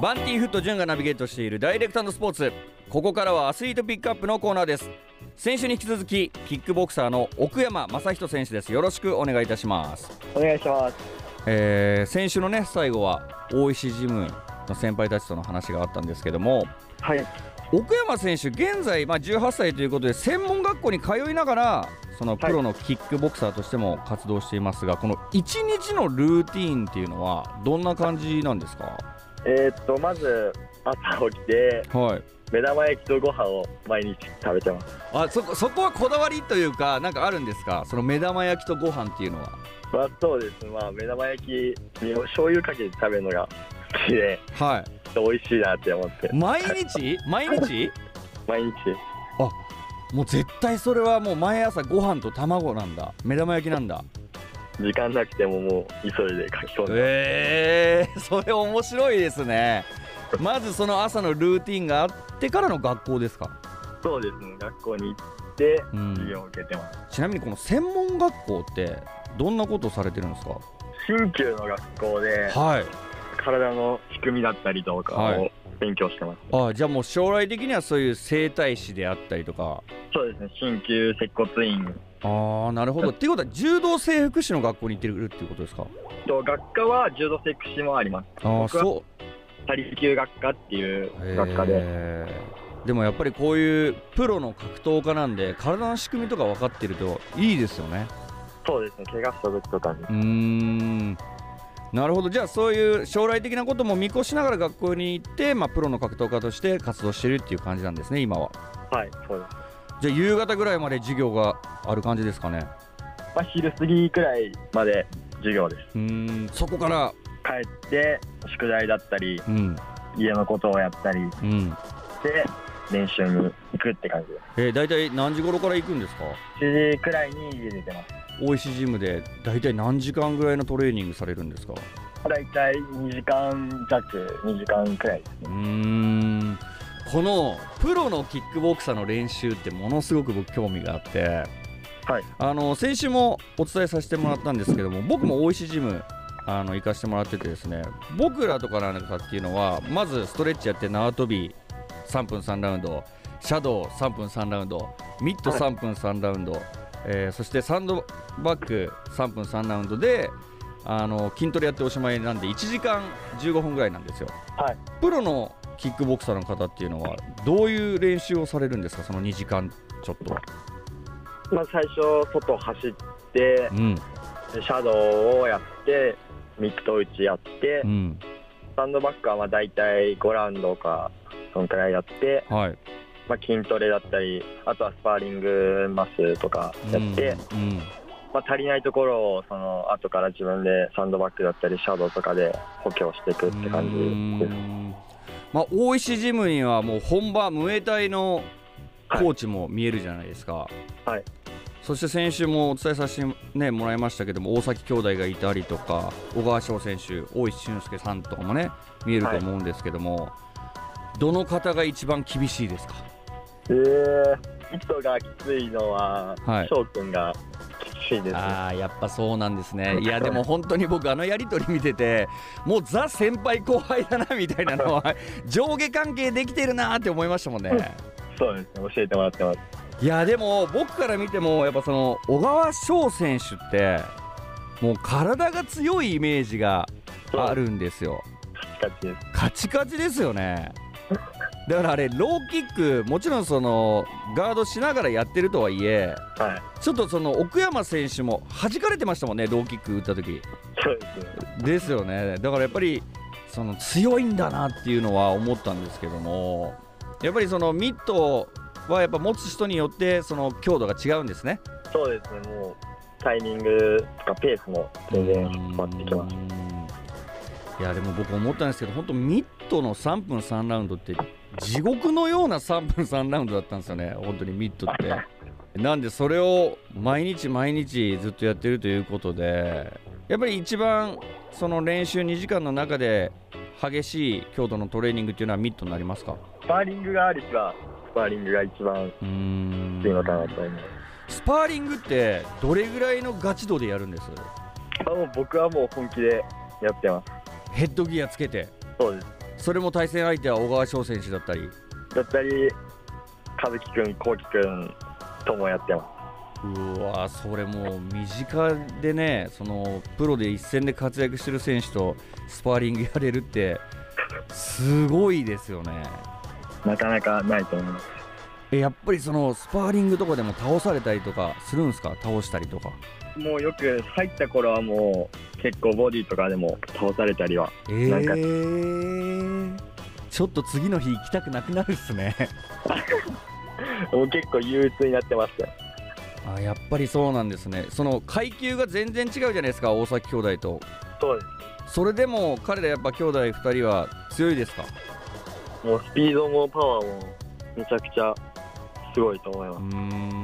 バンティーフット潤がナビゲートしているダイレクトスポーツここからはアスリートピックアップのコーナーです先週に引き続きキックボクサーの奥山正人選手ですよろしくお願いいたします、お願いします。えー先週のね最後は大石ジムの先輩たちとの話があったんですけどもはい。奥山選手現在、まあ、18歳ということで専門学校に通いながらそのプロのキックボクサーとしても活動していますが、この1日のルーティーンっていうのはどんな感じなんですかえーっと、まず、朝起きて、はい目玉焼きとご飯を毎日食べてます。あそこそこはこだわりというかなんかあるんですかその目玉焼きとご飯っていうのはまあ、そうです。まあ、目玉焼きに醤油かけて食べるのが好きで、はい美味しいなって思って、毎日毎日毎日で す。もう絶対それはもう毎朝ご飯と卵なんだ目玉焼きなんだ時間なくてももう急いで書き込んで。ええー、 それ面白いですねまずその朝のルーティンがあってからの学校ですか、そうですね。学校に行って、う授ん、業を受けてます。ちなみにこの専門学校ってどんなことをされてるんですか新旧の学校で、はい体の仕組みだったりとかはを勉強してます。あじゃあもう将来的にはそういう整体師であったりとかそうですね。新旧接骨院ああなるほどっていうことは柔道整復師の学校に行ってるっていうことですかと学科は柔道セクシーもあります。ああ僕はそう他力級学科っていうへー学科で、でもやっぱりこういうプロの格闘家なんで体の仕組みとか分かってるといいですよねそうですね、怪我した時とかにうーんなるほどじゃあそういう将来的なことも見越しながら学校に行って、まあ、プロの格闘家として活動してるっていう感じなんですね今ははい、そうです。じゃあ夕方ぐらいまで授業がある感じですかねまあ、昼過ぎくらいまで授業です。うーんそこから帰って、宿題だったり、うん家のことをやったりうんして、練習に行くって感じでえー、大体何時頃から行くんですかす。7時くらいに家出てます。大石ジムで大体何時間ぐらいのトレーニングされるんですかだいたい2時間弱、2時間くらいですうーね。んこのプロのキックボクサーの練習ってものすごく僕興味があって、はいあの先週もお伝えさせてもらったんですけども僕も大石ジムあの行かせてもらっててですね僕らとかなんかっていうのはまずストレッチやって縄跳び3分3ラウンドシャドウ3分3ラウンドミッド3分3ラウンド、えーそしてサンドバッグ3分3ラウンドであの筋トレやっておしまいなんで1時間15分ぐらいなんですよ。はいプロのキックボクサーの方っていうのはどういう練習をされるんですかその2時間ちょっとは、まあ、最初、外走ってう、んシャドウをやって、ミット打ちやってう、んスタンドバックはまあ大体5ラウンドか、そのくらいやって、はいまあ、筋トレだったりあとはスパーリングマスとかやって、うんうんまあ、足りないところをその後から自分でサンドバッグだったりシャドウとかで補強していくって感じでうすんまあ、大石ジムにはもう本場ムエタイのコーチも見えるじゃないですか、はいそして先週もお伝えさせて、ね、もらいましたけども大崎兄弟がいたりとか小川翔選手大石俊介さんとかもね見えると思うんですけども、どの方が一番厳しいですかえー、糸がきついのははい翔くんがきついですね、ああやっぱそうなんですねいやでも本当に僕あのやり取り見ててもうザ先輩後輩だなみたいなの は上下関係できてるなって思いましたもんねそうですね教えてもらってますいやでも僕から見てもやっぱその小川翔選手ってもう体が強いイメージがあるんですよ感じですカチカチですよねだからあれローキックもちろんそのガードしながらやってるとはいえはいちょっとその奥山選手も弾かれてましたもんねローキック打った時そうですねですよねだからやっぱりその強いんだなっていうのは思ったんですけどもやっぱりそのミットはやっぱ持つ人によってその強度が違うんですねそうですねもうタイミングとかペースも全然変わってきますいやでも僕思ったんですけど本当ミットの3分3ラウンドって地獄のような3分3ラウンドだったんですよね本当にミットってなんでそれを毎日毎日ずっとやってるということでやっぱり一番その練習2時間の中で激しい強度のトレーニングっていうのはミットになりますかスパーリングがある日はスパーリングが一番うーんいいのかなと思いますスパーリングってどれぐらいのガチ度でやるんですあもう僕はもう本気でやってますヘッドギアつけてそうですそれも対戦相手は小川翔選手だったりだったり和樹君、こうき君ともやってまうわそれもう身近でねそのプロで一戦で活躍してる選手とスパーリングやれるってすごいですよねすなかなかないと思いますえやっぱりそのスパーリングとかでも倒されたりとかするんですか倒したりとかもうよく入った頃はもう結構ボディとかでも倒されたりはえなんかー、ちょっと次の日行きたくなくなるっすねもう結構憂鬱になってますよ あやっぱりそうなんですねその階級が全然違うじゃないですか大崎兄弟とそうでそれでも彼らやっぱ兄弟2人は強いですかすもうスピードもパワーもめちゃくちゃすごいと思いうまー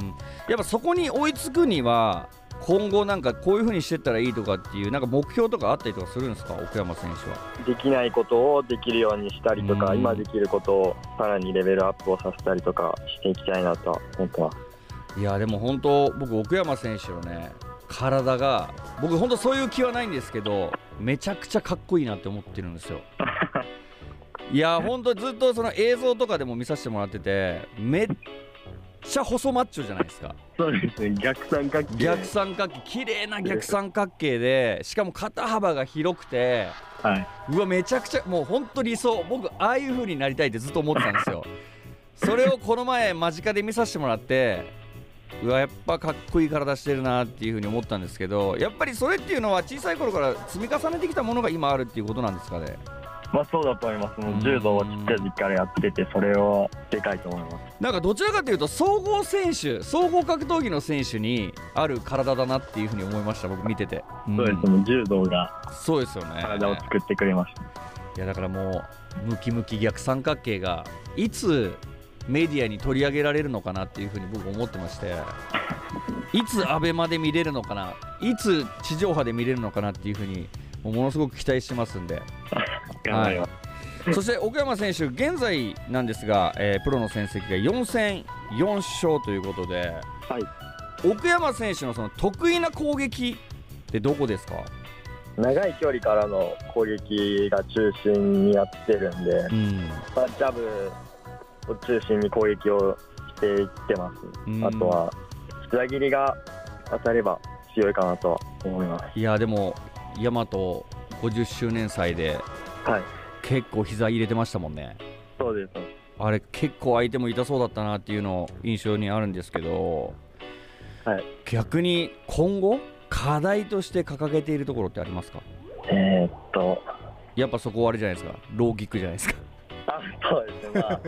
すんやっぱそこに追いつくには今後なんかこういう風にしてったらいいとかっていうなんか目標とかあったりとかするんですか奥山選手はできないことをできるようにしたりとか、うん今できることをさらにレベルアップをさせたりとかしていきたいなとは思ってますいやでも本当僕奥山選手のね体が僕本当そういう気はないんですけどめちゃくちゃかっこいいなって思ってるんです よいや本当ずっとその映像とかでも見させてもらっててめっちゃ細マッチョじゃないですかそうですね逆三角形逆三角形綺麗な逆三角形でしかも肩幅が広くてはいうわめちゃくちゃもう本当理想僕ああいう風になりたいってずっと思ってたんですよそれをこの前間近で見させてもらってうわやっぱかっこいい体してるなっていう風に思ったんですけどやっぱりそれっていうのは小さい頃から積み重ねてきたものが今あるっていうことなんですかねまあそうだと思いますもうんう柔道をちっちゃい時からやっててそれはでかいと思いますなんかどちらかというと総合選手総合格闘技の選手にある体だなっていう風に思いました僕見てて、うんそうですね柔道がそうですよね体を作ってくれましたいやだからもうムキムキ逆三角形がいつメディアに取り上げられるのかなっていうふうに僕思ってましていつアベマで見れるのかないつ地上波で見れるのかなっていうふうにもうものすごく期待してますんで頑張りますそして奥山選手現在なんですが、えープロの戦績が4戦4勝ということで、はい奥山選手のその得意な攻撃ってどこですか、長い距離からの攻撃が中心にやってるんで、うんまあ、ジャブを中心に攻撃をしていってます、うんあとは裏切りが当たれば強いかなとは思いますいやでもヤマト50周年祭ではい結構膝入れてましたもんねそうですねあれ結構相手も痛そうだったなっていうの印象にあるんですけど、はい逆に今後課題として掲げているところってありますかえー、っとやっぱそこはあれじゃないですかローキックじゃないですかあそうですねま あ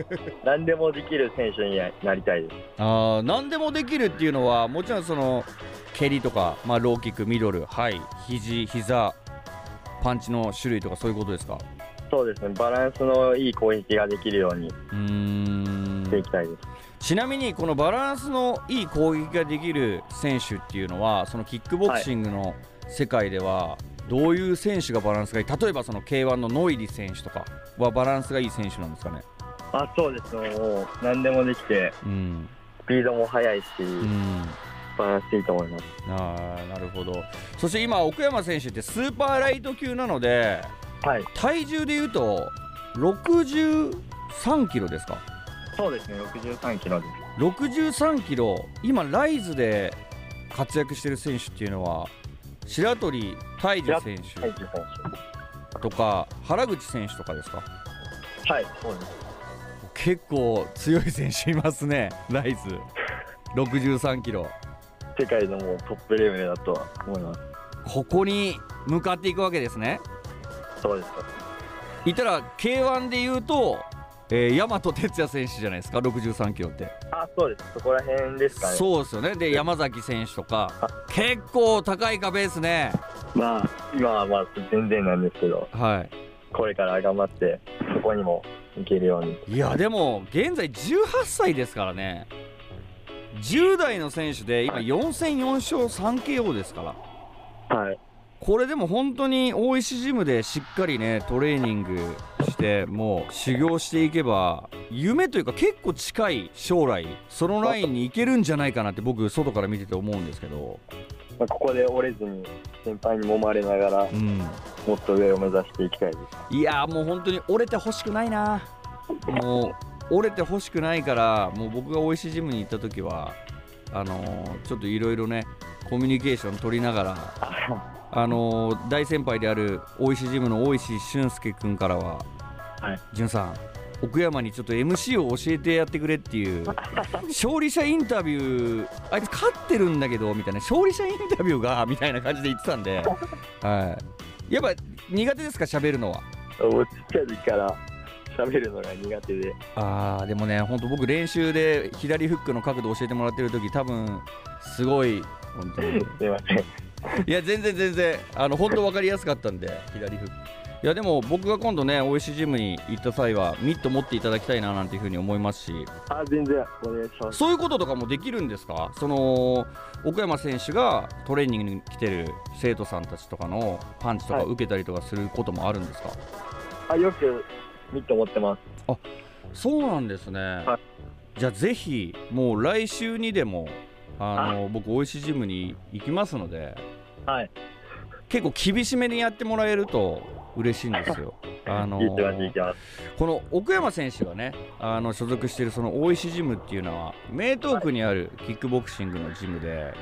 何でもできる選手になりたいですあー何でもできるっていうのはもちろんその蹴りとか、まあ、ローキックミドルはい肘膝パンチの種類とかそういうことですかそうですねバランスのいい攻撃ができるようにうーんしていきたいです、ちなみにこのバランスのいい攻撃ができる選手っていうのはそのキックボクシングの世界ではどういう選手がバランスがいい例えばその k 1のノイリ選手とかはバランスがいい選手なんですかねあそうですねもう何でもできてうん、スピードも速いし、うん、バランスいいと思いますあーなるほどそして今奥山選手ってスーパーライト級なのではい体重でいうと63キロですかそうですね63キロです63キロ今ライズで活躍してる選手っていうのは白鳥大樹選はい、手選とか原口選手とかですか手。はい、そうです。結構強い選手いますねライズ63キロ世界のもうトップレベルだとは思います。ここに向かっていくわけですねそうです。いたら k 1で言うと、えー、大和哲也選手じゃないですか63キロってあ、そうです。そこら辺ですかね。そうですよねで山崎選手とか結構高い壁ですねまあ、今はまあ全然なんですけど、はいこれから頑張って、そこにも行けるように。いやでも現在18歳ですからね10代の選手で今4戦4勝 3KO ですからはい。これでも本当に大石ジムでしっかりねトレーニングしてもう修行していけば夢というか結構近い将来そのラインに行けるんじゃないかなって僕外から見てて思うんですけどまあ、ここで折れずに、先輩に揉まれながらう、んもっと上を目指していきたいですいやーもう本当に折れてほしくないなもう折れてほしくないからもう僕がおいしいジムに行った時はあのーちょっといろいろねコミュニケーション取りながらあのー大先輩であるおいしいジムの大石俊介君からははい「潤、さん奥山にちょっと MC を教えてやってくれ」っていう 勝利者インタビューあいつ勝ってるんだけどみたいな勝利者インタビューがみたいな感じで言ってたんで、はい、やっぱ苦手ですか喋るのはもうちっちゃい時から喋るのが苦手であーでもね、本当僕練習で左フックの角度教えてもらってる時多分すごい本当にすいませんいや全然全然あの本当分かりやすかったんで左フックいやでも僕が今度ねおいしいジムに行った際はミット持っていただきたいななんていうふうに思いますしあ全然お願いしますそういうこととかもできるんですかその奥山選手がトレーニングに来てる生徒さんたちとかのパンチとかはい受けたりとかすることもあるんですか、あよくミット持ってますそうなんですね、はじゃあぜひもう来週にでもあの僕おいしいジムに行きますのではい結構厳しめにやってもらえると嬉しいんです よあのいい感じに行きますこの奥山選手がねあの所属しているその大石ジムっていうのは名東区にあるキックボクシングのジムで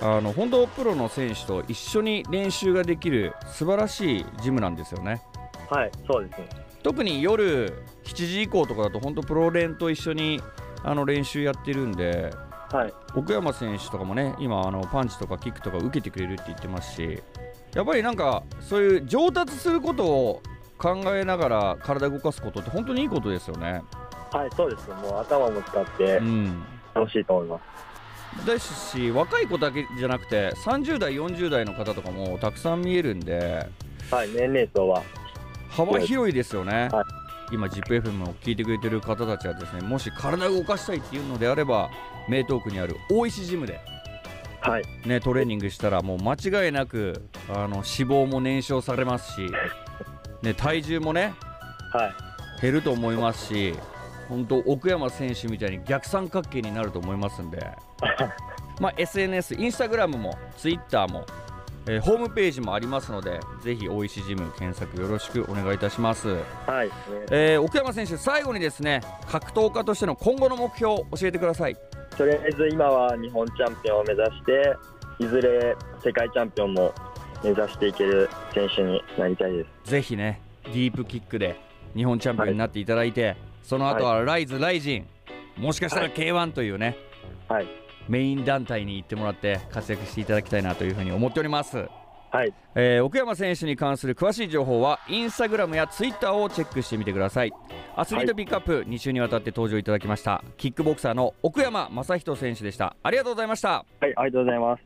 あの本当プロの選手と一緒に練習ができる素晴らしいジムなんですよねはいそうですね特に夜7時以降とかだと本当プロ連と一緒にあの練習やってるんではい奥山選手とかもね今あのパンチとかキックとか受けてくれるって言ってますしやっぱりなんかそういう上達することを考えながら体動かすことって本当にいいことですよね。はいそうですねもう頭も使ってうん楽しいと思いますですし若い子だけじゃなくて30代40代の方とかもたくさん見えるんではい年齢層は幅広いですよね、は今 ZIPFM を聞いてくれてる方たちはですねもし体を動かしたいっていうのであれば名東区にある大石ジムで、はいね、トレーニングしたらもう間違いなくあの脂肪も燃焼されますし、ね、体重もねはい減ると思いますし本当奥山選手みたいに逆三角形になると思います んで、まあ、SNS インスタグラムもツイッターも、えーホームページもありますのでぜひ大石ジム検索よろしくお願いいたします。はいお願いしまえー奥山選手、最後にですね格闘家としての今後の目標を教えてください。すとりあえず今は日本チャンピオンを目指していずれ世界チャンピオンも目指していける選手になりたいですぜひね、ディープキックで日本チャンピオンになっていただいて、その後はライズ、ライジン、もしかしたら K1 というね、はいメイン団体に行ってもらって活躍していただきたいなというふうに思っております。はいえー奥山選手に関する詳しい情報はインスタグラムやツイッターをチェックしてみてくださいアスリートピックアップ2週にわたって登場いただきました、キックボクサーの奥山正人選手でしたありがとうございましたはいありがとうございます